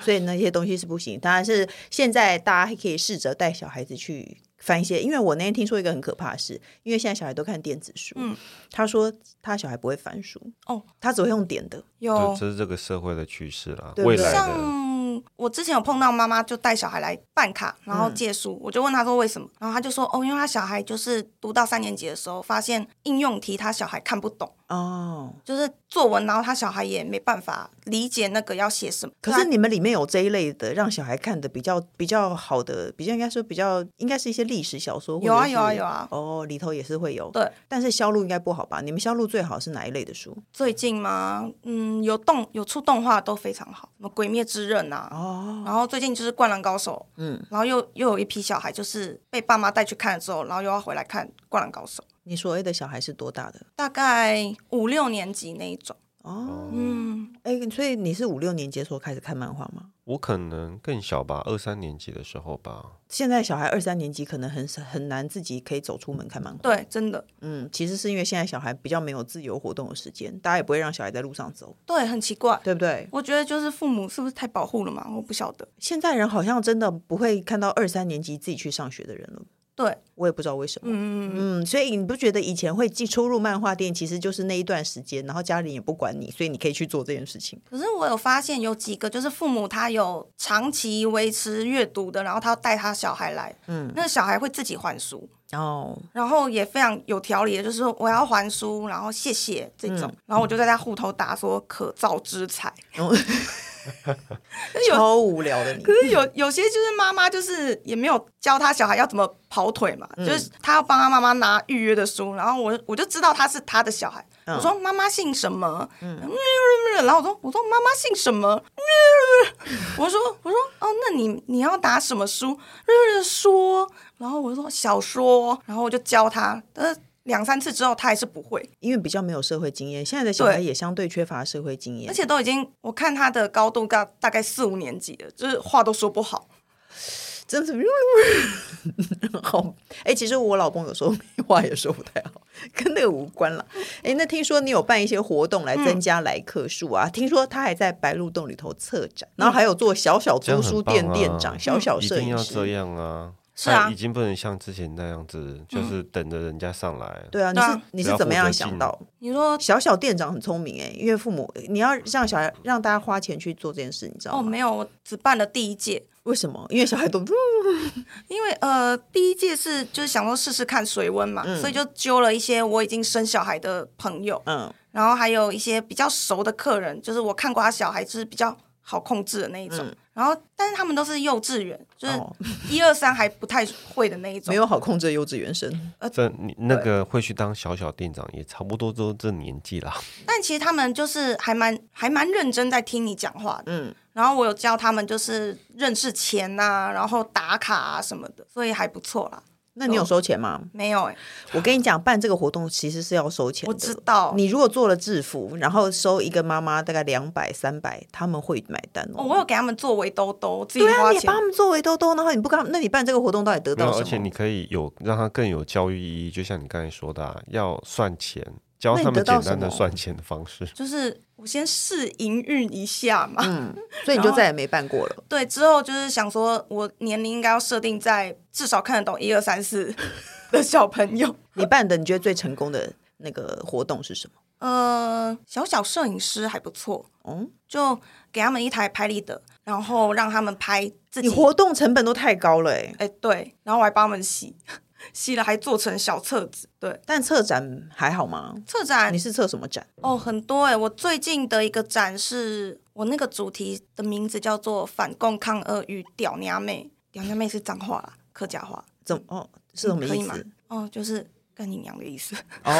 Speaker 2: 所以那些东西是不行。当然是现在大家可以试着带小孩子去翻一些，因为我那天听说一个很可怕的事，因为现在小孩都看电子书，
Speaker 3: 嗯
Speaker 2: 他说他小孩不会翻书，
Speaker 3: 哦，
Speaker 2: 他只会用点的，
Speaker 4: 这
Speaker 3: 有
Speaker 4: 这是这个社会的趋势啦，
Speaker 2: 哦对不
Speaker 4: 未
Speaker 2: 对
Speaker 4: 来的。
Speaker 3: 像我之前有碰到妈妈就带小孩来办卡，然
Speaker 2: 嗯
Speaker 3: 后借书，我就问她说为什么，然后她就说哦，因为她小孩就是读到三年级的时候，发现应用题她小孩看不懂，
Speaker 2: 哦。
Speaker 3: 就是作文，然后她小孩也没办法理解那个要写什么。
Speaker 2: 可是你们里面有这一类的，让小孩看的比较比较好的，比较应该说比较应该是一些历史小说，
Speaker 3: 有啊
Speaker 2: 或者是
Speaker 3: 有啊有啊
Speaker 2: 哦，里头也是会有，
Speaker 3: 对，
Speaker 2: 但是销路应该不好吧？你们销路最好是哪一类的书？
Speaker 3: 最近嘛，嗯，有动有出动画都非常好，什么《鬼灭之刃》啊，
Speaker 2: 哦，
Speaker 3: 然后最近就是《灌篮高手》，
Speaker 2: 嗯，
Speaker 3: 然后又又有一批小孩就是被爸妈带去看了之后，然后又要回来看《灌篮高手》，
Speaker 2: 你所谓的小孩是多大的？
Speaker 3: 大概五六年级那一种。
Speaker 2: 哦，
Speaker 3: 嗯，
Speaker 2: 哎、所以你是五六年级的时候开始看漫画吗？
Speaker 4: 我可能更小吧，二三年级的时候吧。
Speaker 2: 现在小孩二三年级可能很少很难自己可以走出门看漫画。
Speaker 3: 对，真的，
Speaker 2: 嗯，其实是因为现在小孩比较没有自由活动的时间，大家也不会让小孩在路上走，
Speaker 3: 对，很奇怪。
Speaker 2: 对不对？
Speaker 3: 我觉得就是父母是不是太保护了嘛？我不晓得。
Speaker 2: 现在人好像真的不会看到二三年级自己去上学的人了，
Speaker 3: 对，
Speaker 2: 我也不知道为什么。
Speaker 3: 嗯，
Speaker 2: 嗯，所以你不觉得以前会进出入漫画店，其实就是那一段时间，然后家里也不管你，所以你可以去做这件事情。
Speaker 3: 可是我有发现有几个就是父母他有长期维持阅读的，然后他要带他小孩来，
Speaker 2: 嗯
Speaker 3: 嗯，那个小孩会自己还书，
Speaker 2: 哦，
Speaker 3: 然后也非常有条理的，就是说我要还书，然后谢谢这种，然后我就在他户头打说可造之才，
Speaker 2: 然后超无聊的你
Speaker 3: 可。是有有些就是妈妈就是也没有教他小孩要怎么跑腿嘛，就是他要帮他妈妈拿预约的书，然后我我就知道他是他的小孩。
Speaker 2: 嗯
Speaker 3: 我说妈妈姓什么？嗯，然后我说我说妈妈姓什么？嗯我说我说哦，那你你要打什么书？嗯说，然后我说小说，然后我就教他，但是两三次之后他还是不会，
Speaker 2: 因为比较没有社会经验，现在的小孩
Speaker 3: 对
Speaker 2: 也相对缺乏社会经验，
Speaker 3: 而且都已经我看他的高度大大概四五年级了，就是话都说不好。
Speaker 2: 真的是好。哎、其实我老公有时候话也说不太好，跟那个无关了。哎、那听说你有办一些活动来增加来客数
Speaker 4: 嗯
Speaker 2: 啊？听说他还在白鹿洞里头策展，然后还有做小小
Speaker 4: 这样
Speaker 2: 图
Speaker 4: 很
Speaker 2: 书
Speaker 4: 棒
Speaker 2: 店
Speaker 4: 啊
Speaker 2: 店长、小小
Speaker 4: 一
Speaker 2: 摄
Speaker 4: 定
Speaker 2: 影
Speaker 4: 要
Speaker 2: 师。
Speaker 4: 这样啊！
Speaker 3: 是啊
Speaker 4: 他已经不能像之前那样子，就是等着人家上来。
Speaker 2: 嗯对啊，你
Speaker 3: 对
Speaker 2: 是
Speaker 3: 啊
Speaker 2: 你
Speaker 4: 只
Speaker 2: 是
Speaker 4: 要
Speaker 2: 怎么
Speaker 4: 负责
Speaker 2: 样想
Speaker 4: 进
Speaker 2: 到？
Speaker 3: 你说
Speaker 2: 小小店长很聪明哎、因为父母你要让小孩让大家花钱去做这件事，你知道吗？
Speaker 3: 哦，没有，我只办了第一届，
Speaker 2: 为什么？因为小孩都
Speaker 3: 因为呃，第一届是就是想说试试看水温嘛，所以就揪了一些我已经生小孩的朋友，
Speaker 2: 嗯
Speaker 3: 然后还有一些比较熟的客人，就是我看过他小孩，就是比较好控制的那一种。
Speaker 2: 嗯
Speaker 3: 然后，但是他们都是幼稚园，就是
Speaker 2: 哦
Speaker 3: 一二三还不太会的那一种
Speaker 2: 没。有好控制的幼稚园生，
Speaker 4: 这你那个会去当小小店长，也差不多都这年纪啦。
Speaker 3: 但其实他们就是还蛮还蛮认真在听你讲话的。
Speaker 2: 嗯，
Speaker 3: 然后我有教他们就是认识钱呐、然后打卡啊什么的，所以还不错啦。
Speaker 2: 那
Speaker 4: 哦
Speaker 2: 你有收钱吗？
Speaker 3: 没有、欸，
Speaker 2: 我跟你讲，办这个活动其实是要收钱的。哦
Speaker 3: 我知道。
Speaker 2: 你如果做了制服，然后收一个妈妈大概两百、三百，他们会买单哦。
Speaker 3: 哦，我有给他们做围兜兜，我自己
Speaker 2: 对啊，
Speaker 3: 花
Speaker 2: 你也
Speaker 3: 钱。
Speaker 2: 帮他们做围兜兜，然后你不跟他们，那你办这个活动到底得
Speaker 4: 没
Speaker 2: 到
Speaker 4: 有，
Speaker 2: 什么？
Speaker 4: 而且你可以有让他更有教育意义，就像你刚才说的、啊，要算钱，教
Speaker 2: 那你
Speaker 4: 他
Speaker 2: 得
Speaker 4: 们
Speaker 2: 到
Speaker 4: 简
Speaker 2: 什
Speaker 4: 单的
Speaker 2: 么
Speaker 4: 算钱的方式。
Speaker 3: 就是我先试营运一下嘛，
Speaker 2: 嗯所以你就
Speaker 3: 然后
Speaker 2: 再也没办过了。
Speaker 3: 对，之后就是想说，我年龄应该要设定在至少看得懂一二三四的小朋友。
Speaker 2: 你办的你觉得最成功的那个活动是什么？
Speaker 3: 呃，小小摄影师还不错，
Speaker 2: 嗯，
Speaker 3: 就给他们一台拍立得，然后让他们拍自
Speaker 2: 你
Speaker 3: 己。
Speaker 2: 活动成本都太高了哎、
Speaker 3: 哎，对，然后我还帮他们洗， 洗了还做成小册子。对，
Speaker 2: 但策展还好吗？
Speaker 3: 策展
Speaker 2: 你是策什么展？
Speaker 3: 哦很多哎、我最近的一个展是我那个主题的名字叫做“反共抗俄与屌娘妹”，屌娘妹是脏话啦，客家话。
Speaker 2: 怎么哦是什么
Speaker 3: 可以
Speaker 2: 意
Speaker 3: 吗
Speaker 2: 思？？
Speaker 3: 哦，就是干你娘的意思。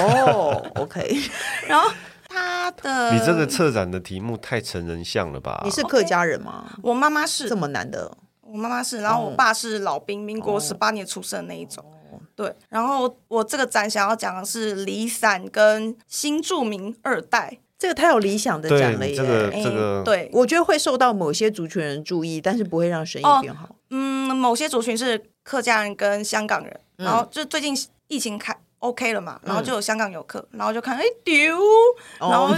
Speaker 2: 哦，OK，
Speaker 3: 然后他 的，
Speaker 4: 你这个策展的题目太成人像了吧？
Speaker 2: 呃你是客家人吗？
Speaker 3: 我妈妈是
Speaker 2: 这，么哦难的，哦
Speaker 3: 我妈妈是，然后我爸是老兵，民国十八年出生的那一种。
Speaker 2: 哦
Speaker 3: 对，然后我这个展想要讲的是离散跟新著名二代，
Speaker 2: 这个太有理想的
Speaker 4: 对
Speaker 2: 展了
Speaker 4: 你
Speaker 2: 耶！
Speaker 4: 这个
Speaker 3: 哎
Speaker 4: 这个
Speaker 3: 对，
Speaker 2: 我觉得会受到某些族群人注意，但是不会让生意
Speaker 3: 哦
Speaker 2: 变好。
Speaker 3: 嗯，某些族群是客家人跟香港人，
Speaker 2: 嗯
Speaker 3: 然后就最近疫情开 OK 了嘛，然后就有香港游客，然后就看哎丢，然后
Speaker 2: 哦，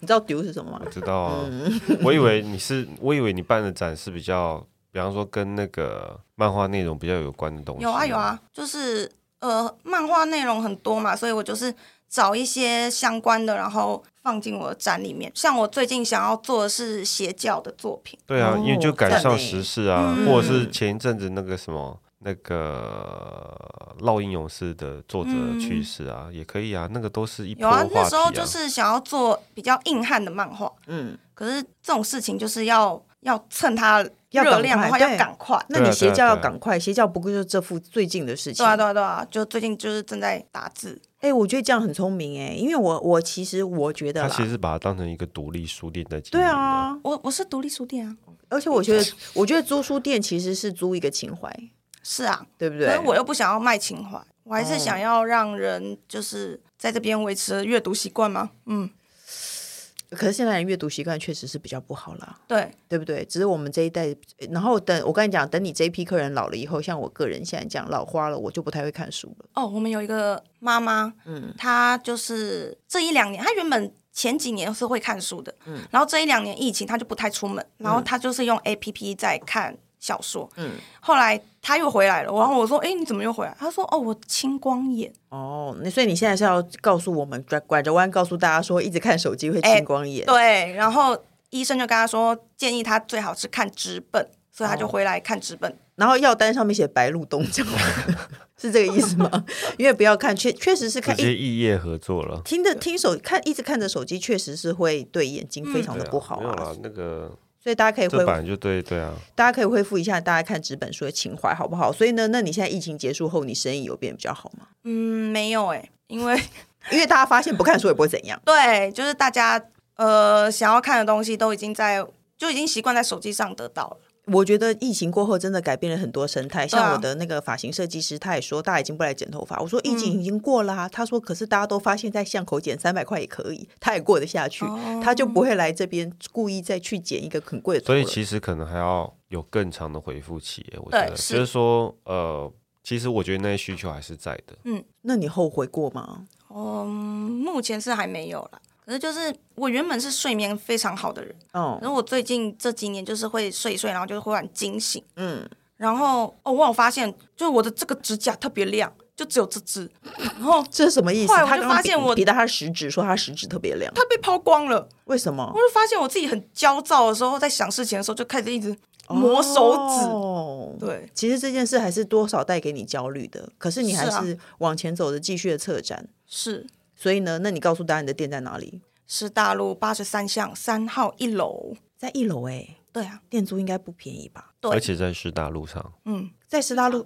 Speaker 2: 你知道丢是什么吗
Speaker 4: 我？知道啊，
Speaker 2: 嗯
Speaker 4: 我以为你是，我以为你办的展是比较，比方说跟那个漫画内容比较有关的东西。
Speaker 3: 有啊有，啊，就是呃，漫画内容很多嘛，所以我就是找一些相关的，然后放进我的展里面。像我最近想要做的是邪教的作品，
Speaker 4: 对啊，
Speaker 2: 哦
Speaker 4: 因为就赶
Speaker 2: 赞
Speaker 4: 上
Speaker 2: 欸
Speaker 4: 时事啊，
Speaker 3: 嗯
Speaker 4: 或者是前一阵子那个什么那个《烙印勇士》的作者去世啊，也可以啊，那个都是一波
Speaker 3: 有
Speaker 4: 话
Speaker 3: 啊，
Speaker 4: 题
Speaker 3: 那时候就是想要做比较硬汉的漫画，
Speaker 2: 嗯，
Speaker 3: 可是这种事情就是要要趁它
Speaker 2: 要
Speaker 3: 热量的
Speaker 2: 赶快
Speaker 3: 话要
Speaker 2: 对
Speaker 3: 赶快。
Speaker 2: 那
Speaker 4: 对
Speaker 2: 你
Speaker 4: 啊对
Speaker 2: 邪
Speaker 4: 啊
Speaker 2: 教要
Speaker 4: 对啊
Speaker 2: 赶快，邪教不过就是这副最近的事情。
Speaker 3: 对啊，对啊，对啊，就最近就是正在打字，
Speaker 2: 哎、我觉得这样很聪明哎、因为我我其实我觉得
Speaker 4: 他
Speaker 2: 啦，
Speaker 4: 其实把它当成一个独立书店在经
Speaker 2: 对
Speaker 4: 营的。
Speaker 2: 啊，
Speaker 3: 我我是独立书店啊，
Speaker 2: 而且我觉得我觉得租书店其实是租一个情怀，
Speaker 3: 是啊，
Speaker 2: 对不
Speaker 3: 可
Speaker 2: 对
Speaker 3: 是？我又不想要卖情怀，我还是想要让人就是在这边维持阅读习惯嘛。嗯，
Speaker 2: 可是现在人阅读习惯确实是比较不好啦。
Speaker 3: 对，
Speaker 2: 对不对？只是我们这一代，然后等我跟你讲，等你这一批客人老了以后，像我个人现在这样老花了，我就不太会看书了。
Speaker 3: 哦，我们有一个妈妈，嗯，她就是这一两年，她原本前几年是会看书的，嗯，然后这一两年疫情，她就不太出门，然后她就是用 A P P 在看小说，嗯，后来她又回来了，然后我说，哎，你怎么又回来？她说，哦，我青光眼，
Speaker 2: 哦，那所以你现在是要告诉我们，拐拐着弯告诉大家说，一直看手机会
Speaker 3: 哎
Speaker 2: 青光眼。
Speaker 3: 对，然后医生就跟她说，建议她最好是看纸本，所以他就回来看纸本。
Speaker 2: 然后药单上面写白鹿洞这样是这个意思吗？因为不要看，确确实是
Speaker 4: 直
Speaker 2: 看
Speaker 4: 接
Speaker 2: 一
Speaker 4: 异业合作了。
Speaker 2: 听的听手看一直看着手机，确实是会对眼睛非常的不好
Speaker 4: 嗯没有
Speaker 2: 啊。
Speaker 4: 啦，那个
Speaker 2: 所以大家可以
Speaker 4: 这
Speaker 2: 恢
Speaker 4: 本来就对对啊，
Speaker 2: 大家可以恢复一下大家看纸本书的情怀，好不好？所以呢，那你现在疫情结束后，你生意有变比较好吗？
Speaker 3: 嗯，没有哎、因为，
Speaker 2: 因为大家发现不看书也不会怎样
Speaker 3: 对，就是大家呃想要看的东西都已经在就已经习惯在手机上得到了。
Speaker 2: 我觉得疫情过后真的改变了很多生态。
Speaker 3: 对啊
Speaker 2: 像我的那个发型设计师，他也说大家已经不来剪头发。我说疫
Speaker 3: 嗯
Speaker 2: 情已经过啦、他说可是大家都发现，在巷口剪三百块也可以，他也过得下去，
Speaker 3: 哦
Speaker 2: 他就不会来这边故意再去剪一个很贵的头
Speaker 4: 所
Speaker 2: 了。
Speaker 4: 以其实可能还要有更长的回复期耶。我觉
Speaker 3: 对
Speaker 4: 得就是是说，呃，其实我觉得那些需求还是在的。
Speaker 2: 那你后悔过吗？
Speaker 3: 嗯，目前是还没有啦。可是就是我原本是睡眠非常好的人，可
Speaker 2: 嗯
Speaker 3: 是我最近这几年就是会睡一睡，然后就是忽然惊醒，
Speaker 2: 嗯，
Speaker 3: 然后哦，我有发现，就是我的这个指甲特别亮，就只有这只，然后
Speaker 2: 这是什么意思？
Speaker 3: 后来我
Speaker 2: 他
Speaker 3: 就
Speaker 2: 刚刚
Speaker 3: 发现
Speaker 2: 比
Speaker 3: 我
Speaker 2: 比到他食指，说他食指特别亮，
Speaker 3: 它被抛光了。
Speaker 2: 为什么
Speaker 3: 我？就发现我自己很焦躁的时候，在想事情的时候，就开始一直磨手指。
Speaker 2: 哦
Speaker 3: 对，
Speaker 2: 其实这件事还是多少带给你焦虑的，可是你还
Speaker 3: 是啊
Speaker 2: 是往前走的，继续的策展。
Speaker 3: 是
Speaker 2: 所以呢，那你告诉大家你的店在哪里？
Speaker 3: 是大陆八十三巷三号一楼。
Speaker 2: 在一楼哎、
Speaker 3: 对啊，
Speaker 2: 店租应该不便宜吧？
Speaker 3: 对
Speaker 4: 而且在师大路上，
Speaker 3: 嗯，
Speaker 2: 在师大路，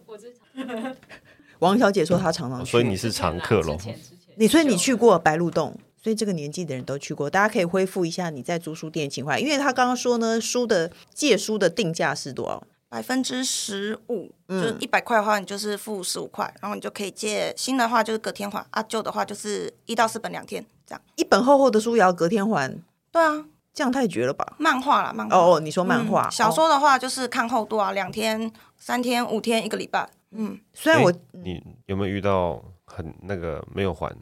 Speaker 2: 王小姐说她常常去，
Speaker 4: 哦所以你是常客喽
Speaker 5: 之。前之前
Speaker 2: 你所以你去过白鹿洞，所以这个年纪的人都去过，大家可以恢复一下你在租书店的情怀，因为他刚刚说呢，书的借书的定价是多少？
Speaker 3: 百分之十五，就
Speaker 2: 嗯
Speaker 3: 是一百块的话，你就是付十五块，然后你就可以借新的话就是隔天还啊，旧的话就是一到四本两天这样。
Speaker 2: 一本厚厚的书也要隔天还，
Speaker 3: 对啊，
Speaker 2: 这样太绝了吧？
Speaker 3: 漫画啦，漫画。
Speaker 2: 哦哦，你说漫
Speaker 3: 嗯
Speaker 2: 画、
Speaker 3: 小
Speaker 2: 哦
Speaker 3: 说的话就是看厚度啊，两天、三天、五天、一个礼拜。嗯，
Speaker 2: 虽然我
Speaker 4: 诶你有没有遇到很那个没有还？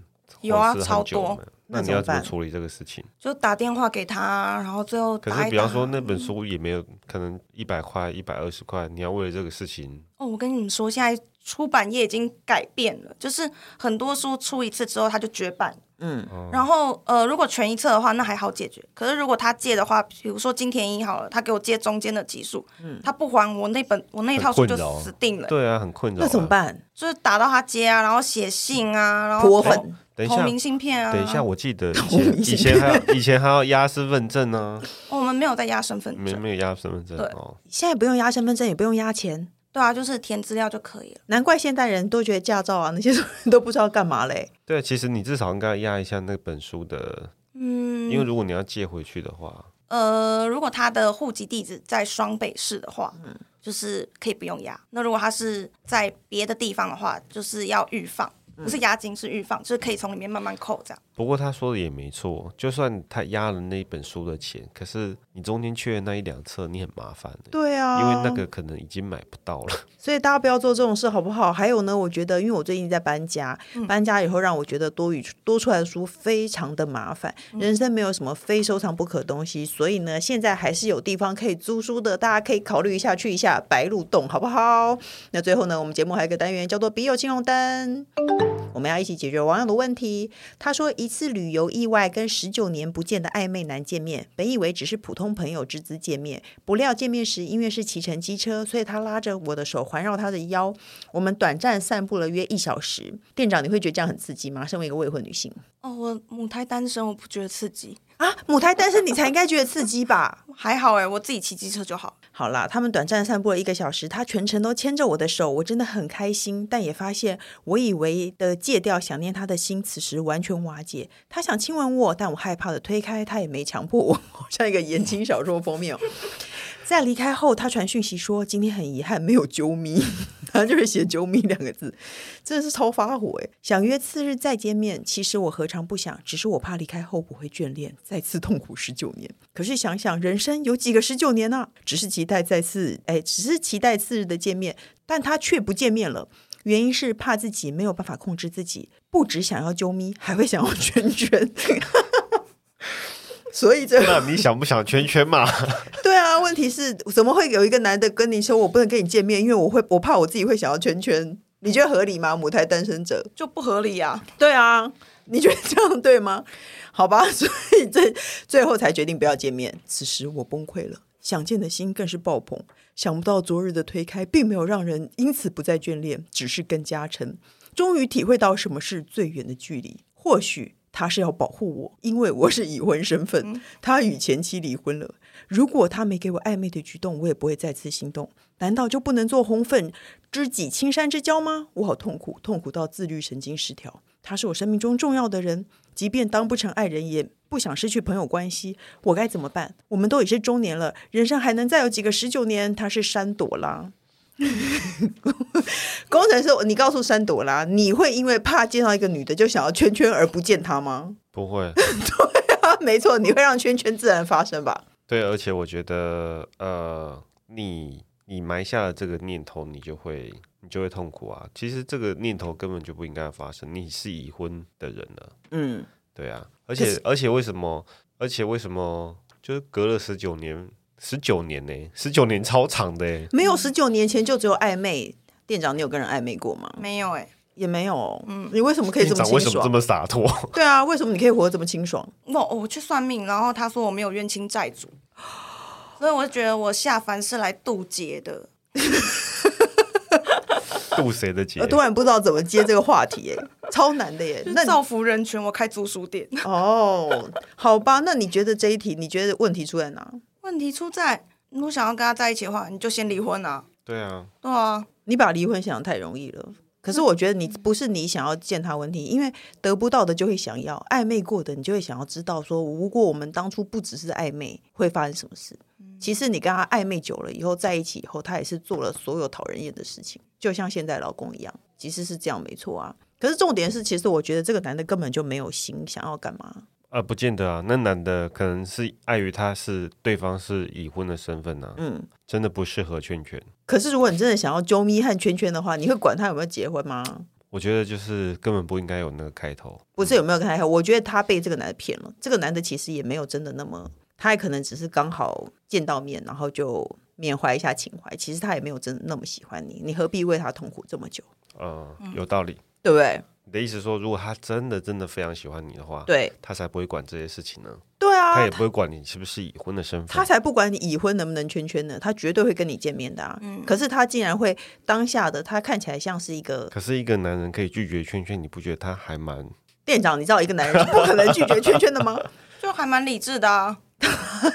Speaker 3: 有啊
Speaker 4: 或是很
Speaker 3: 超
Speaker 4: 久
Speaker 3: 多
Speaker 4: 没有
Speaker 2: 那
Speaker 4: 那你
Speaker 2: 怎么
Speaker 4: 要怎么
Speaker 2: 办
Speaker 4: 处理这个事情？
Speaker 3: 就打电话给他，然后最后
Speaker 4: 可
Speaker 3: 打一
Speaker 4: 是，
Speaker 3: 打
Speaker 4: 比方说那本书也没有，可能一百块、一百二十块，你要为了这个事情，
Speaker 3: 哦，我跟你们说，现在出版业已经改变了，就是很多书出一次之后它就绝版。
Speaker 2: 嗯
Speaker 4: 哦
Speaker 3: 然后呃，如果全一册的话，那还好解决。可是如果他借的话，比如说金田一好了，他给我借中间的集数，
Speaker 2: 嗯
Speaker 3: 他不还我那本我那一套书
Speaker 4: 很
Speaker 3: 就
Speaker 4: 困扰
Speaker 3: 死定了，
Speaker 4: 对啊，很困扰。
Speaker 2: 那怎么？办？
Speaker 3: 就是打到他接啊，然后写信啊，然后
Speaker 2: 脱
Speaker 3: 投
Speaker 2: 粉
Speaker 4: 等一
Speaker 3: 投
Speaker 4: 下，
Speaker 3: 明信片啊。
Speaker 4: 等一下，，我记得以
Speaker 2: 明
Speaker 4: 前以
Speaker 2: 信
Speaker 4: 前还要以前还要压身份证呢，
Speaker 3: 我们没有在压身份
Speaker 4: 没
Speaker 3: 证，
Speaker 4: 没有压身份证
Speaker 3: 对
Speaker 4: 哦。
Speaker 2: 现在不用押身份证，也不用押钱，
Speaker 3: 对啊，就是填资料就可以了。
Speaker 2: 难怪现代人都觉得驾照啊那些 都不知道干嘛嘞。
Speaker 4: 对，其实你至少应该压一下那本书的，
Speaker 3: 嗯，
Speaker 4: 因为如果你要借回去的话，
Speaker 3: 呃，如果他的户籍地址在双北市的话，就是可以不用押。那如果他是在别的地方的话，就是要预放，不是押金，是预放，就是可以从里面慢慢扣这样。
Speaker 4: 不过他说的也没错，就算他压了那一本书的钱，可是你中间缺的那一两册，你很麻烦的、
Speaker 2: 对啊，
Speaker 4: 因为那个可能已经买不到了。
Speaker 2: 所以大家不要做这种事，好不好？还有呢，我觉得，因为我最近在搬家，搬家以后让我觉得多余多出来的书非常的麻烦。人生没有什么非收藏不可的东西，所以呢，现在还是有地方可以租书的，大家可以考虑一下，去一下白鹿洞，好不好？那最后呢，我们节目还有一个单元叫做“笔友青龙灯”，我们要一起解决网友的问题。他说，一次旅游意外跟十九年不见的暧昧男见面，本以为只是普通朋友之资见面，不料见面时因为是骑乘机车，所以他拉着我的手环绕他的腰，我们短暂散步了约一小时。店长，你会觉得这样很刺激吗？身为一个未婚女性
Speaker 3: 哦，我母胎单身，我不觉得刺激，
Speaker 2: 啊，母胎单身你才应该觉得刺激吧？
Speaker 3: 还好哎、我自己骑机车就好。
Speaker 2: 好啦，他们短暂散步了一个小时，他全程都牵着我的手，我真的很开心，但也发现我以为的戒掉想念他的心，此时完全瓦解。他想亲吻我，但我害怕的推开，他也没强迫我，好像一个言情小说封面哦。在离开后，他传讯息说今天很遗憾没有啾咪，他就是写啾咪两个字，真的是超发火哎！想约次日再见面，其实我何尝不想，只是我怕离开后不会眷恋，再次痛苦十九年。可是想想人生有几个十九年啊，只是期待再次哎，只是期待次日的见面，但他却不见面了。原因是怕自己没有办法控制自己，不只想要啾咪，还会想要圈圈。 所以这
Speaker 4: 那你想不想圈圈嘛？
Speaker 2: 对啊，问题是怎么会有一个男的跟你说我不能跟你见面，因为我会我怕我自己会想要圈圈？你觉得合理吗？母胎单身者？
Speaker 3: 就不合理 啊！
Speaker 2: 对啊，你觉得这样 对吗？好吧，所以这最后才决定不要见面。此时我崩溃了，想见的心更是爆棚。想不到昨日的推开，并没有让人因此不再眷恋，只是更加沉。终于体会到什么是最远的距离。或许他是要保护我，因为我是已婚身份，他与前妻离婚了。如果他没给我暧昧的举动，我也不会再次心动。难道就不能做红粉知己、青山之交吗？我好痛苦，痛苦到自律神经失调。他是我生命中重要的人，即便当不成爱人，也不想失去朋友关系。我该怎么办？我们都已是中年了，人生还能再有几个十九年？他是山朵啦。 工程师，你告诉山朵啦，你会因为怕见到一个女的就想要圈圈而不见她吗？
Speaker 4: 不会，
Speaker 2: 啊，没错，你会让圈圈自然发生吧？
Speaker 4: 对，而且我觉得，呃，你你埋下了这个念头，你就会你就会痛苦啊。其实这个念头根本就不应该发生，你是已婚的人了，
Speaker 2: 嗯，
Speaker 4: 对啊。而且而且为什么？而且为什么？就是隔了十九年，十九年呢、1十九年超长的、欸，
Speaker 2: 没有，十九年前就只有暧昧。店长，你有跟人暧昧过吗？
Speaker 3: 没有哎、
Speaker 2: 也没有。嗯，你为什么可以
Speaker 4: 店
Speaker 2: 这么
Speaker 4: 长
Speaker 2: 清
Speaker 4: 为什么这
Speaker 2: 爽？
Speaker 4: 么洒脱？
Speaker 2: 对啊，为什么你可以活得这么清爽？
Speaker 3: 我、我去算命，然后他说我没有冤亲债主， 所以我就觉得我下凡是来渡劫的。
Speaker 4: 渡谁的劫
Speaker 2: 我？突然不知道怎么接这个话题、耶， 超难的耶。那
Speaker 3: 那造福人群，我开租书店。
Speaker 2: 哦，好吧，那你觉得这一题，你觉得问题出在哪？
Speaker 3: 问题出在，如果想要跟他在一起的话，你就先离婚啊。
Speaker 4: 对啊，
Speaker 3: 对啊，
Speaker 2: 你把离婚想得太容易了。可是我觉得你不是你想要见他问题，因为得不到的就会想要，暧昧过的你就会想要知道说，如果我们当初不只是暧昧，会发生什么事。其实你跟他暧昧久了以后，在一起以后，他也是做了所有讨人厌的事情，就像现在老公一样，其实是这样没错啊。可是重点是，其实我觉得这个男的根本就没有心，想要干嘛？
Speaker 4: 呃，不见得啊。那男的可能是碍于他是对方是已婚的身份啊，
Speaker 2: 嗯。
Speaker 4: 真的不适合圈圈。
Speaker 2: 可是如果你真的想要啾咪和圈圈的话，你会管他有没有结婚吗？
Speaker 4: 我觉得就是根本不应该有那个开头。
Speaker 2: 不是有没有跟他好，我觉得他被这个男的骗了。这个男的其实也没有真的那么，他也可能只是刚好见到面，然后就缅怀一下情怀。其实他也没有真的那么喜欢你，你何必为他痛苦这么久？
Speaker 4: 呃，
Speaker 2: 嗯
Speaker 4: 有道理。
Speaker 2: 对不对？
Speaker 4: 你的意思说，如果他真的真的非常喜欢你的话，
Speaker 2: 对
Speaker 4: 他才不会管这些事情呢。
Speaker 2: 对
Speaker 4: 他
Speaker 2: 啊
Speaker 4: 也，不会管你是不是已婚的身
Speaker 2: 他
Speaker 4: 份。
Speaker 2: 才不管你已婚能不能圈圈呢，他绝对会跟你见面的啊。可是他竟然会当下的，他看起来像是一个
Speaker 4: 可是一个男人可以拒绝圈圈，你不觉得他还蛮……
Speaker 2: 店长，你知道一个男人是不可能拒绝圈圈的吗？
Speaker 3: 就还蛮理智的啊。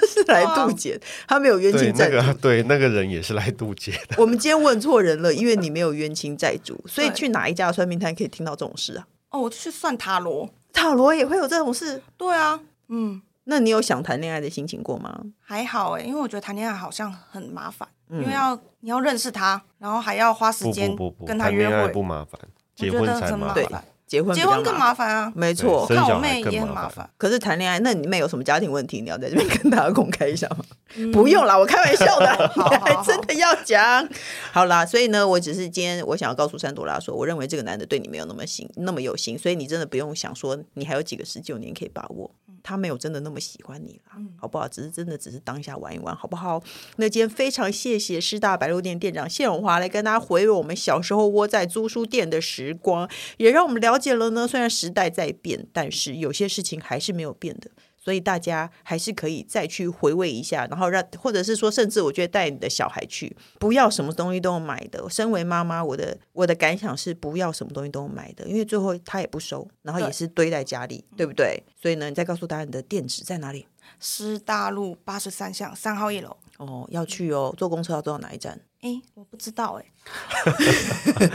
Speaker 2: 是来渡劫，他没有冤
Speaker 4: 对
Speaker 2: 亲
Speaker 4: 那
Speaker 2: 债主。
Speaker 4: 个对那个人也是来渡劫 的。
Speaker 2: 我们今天问错人了，因为你没有冤亲债主，所以
Speaker 3: 对
Speaker 2: 去哪一家算命摊可以听到这种事啊？
Speaker 3: 哦，我就去算塔罗。
Speaker 2: 塔罗也会有这种事？
Speaker 3: 对啊，嗯，
Speaker 2: 那你有想谈恋爱的心情过吗？
Speaker 3: 还好哎、因为我觉得谈恋爱好像很麻烦，
Speaker 2: 嗯
Speaker 3: 因为要你要认识他，然后还要花时
Speaker 4: 不
Speaker 3: 间
Speaker 4: 不不不，
Speaker 3: 跟他
Speaker 4: 谈
Speaker 3: 约
Speaker 4: 恋爱
Speaker 3: 会，
Speaker 4: 不麻烦，结
Speaker 3: 我
Speaker 4: 婚
Speaker 3: 觉得
Speaker 4: 才
Speaker 3: 很
Speaker 4: 麻
Speaker 3: 麻
Speaker 2: 对
Speaker 3: 烦。
Speaker 2: 结婚比
Speaker 3: 结
Speaker 2: 较
Speaker 3: 婚更
Speaker 2: 麻烦，
Speaker 3: 麻烦啊，
Speaker 2: 没错
Speaker 4: 对。生
Speaker 3: 看
Speaker 4: 小
Speaker 3: 我
Speaker 4: 孩
Speaker 3: 妹
Speaker 4: 更
Speaker 3: 也很
Speaker 4: 麻
Speaker 3: 麻
Speaker 4: 烦
Speaker 3: 烦。
Speaker 2: 可是谈恋爱，那你妹有什么家庭问题？你要在这边跟大家公开一下吗？不用啦，我开玩笑的，你
Speaker 3: 嗯 好好
Speaker 2: 还 真的要讲。 好啦，所以呢，我只是今天我想要告诉山朵拉说，我认为这个男的对你没有那么心那么有心，所以你真的不用想说你还有几个十九年可以把握，他没有真的那么喜欢你啦，好不好？只是真的只是当下玩一玩，好不好？那今天非常谢谢师大白鹿店店长谢永华来跟大家回味我们小时候窝在租书店的时光，也让我们了解了呢，虽然时代在变，但是有些事情还是没有变的。所以大家还是可以再去回味一下，然后让，或者是说，甚至我觉得带你的小孩去，不要什么东西都用买的。身为妈妈，我的我的感想是，不要什么东西都用买的，因为最后他也不收，然后也
Speaker 3: 对嗯
Speaker 2: 是堆在家里，对不对？所以呢，你再告诉大家你的店址在哪里
Speaker 3: 师大路八十三巷三号一楼。
Speaker 2: 哦，要去哦，坐公车要坐到哪一站？
Speaker 3: 哎，我不知道哎、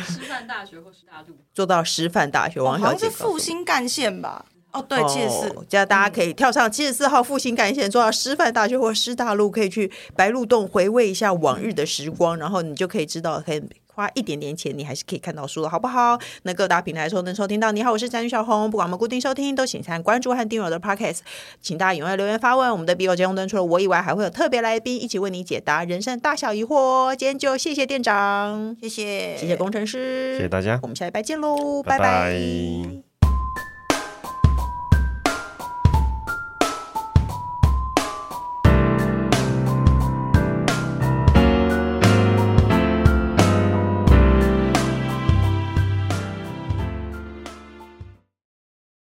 Speaker 5: 师范大学或师大路。
Speaker 2: 坐到师范大学，
Speaker 3: 哦
Speaker 2: 王
Speaker 3: 好
Speaker 2: 小
Speaker 3: 像
Speaker 2: 姐
Speaker 3: 是
Speaker 2: 告诉我
Speaker 3: 复兴干线吧？哦，对，其实是、
Speaker 2: 哦这样大家可以跳上七十四号复兴干线，坐到师范大学或师大路，可以去白鹿洞回味一下往日的时光，然后你就可以知道，可以花一点点钱，你还是可以看到书的，好不好？那各大平台说能收听到，你好，我是詹宇小红，不管我们固定收听，都请按关注和订阅我的 podcast，请大家踊跃留言发问。我们的笔友节目端除了我以外，还会有特别来宾一起为你解答人生大小疑惑哦。今天就谢谢店长，
Speaker 3: 谢谢，
Speaker 2: 谢谢工程师，
Speaker 4: 谢谢大家
Speaker 2: 我们下礼拜见喽，
Speaker 4: 拜
Speaker 2: 拜
Speaker 4: 拜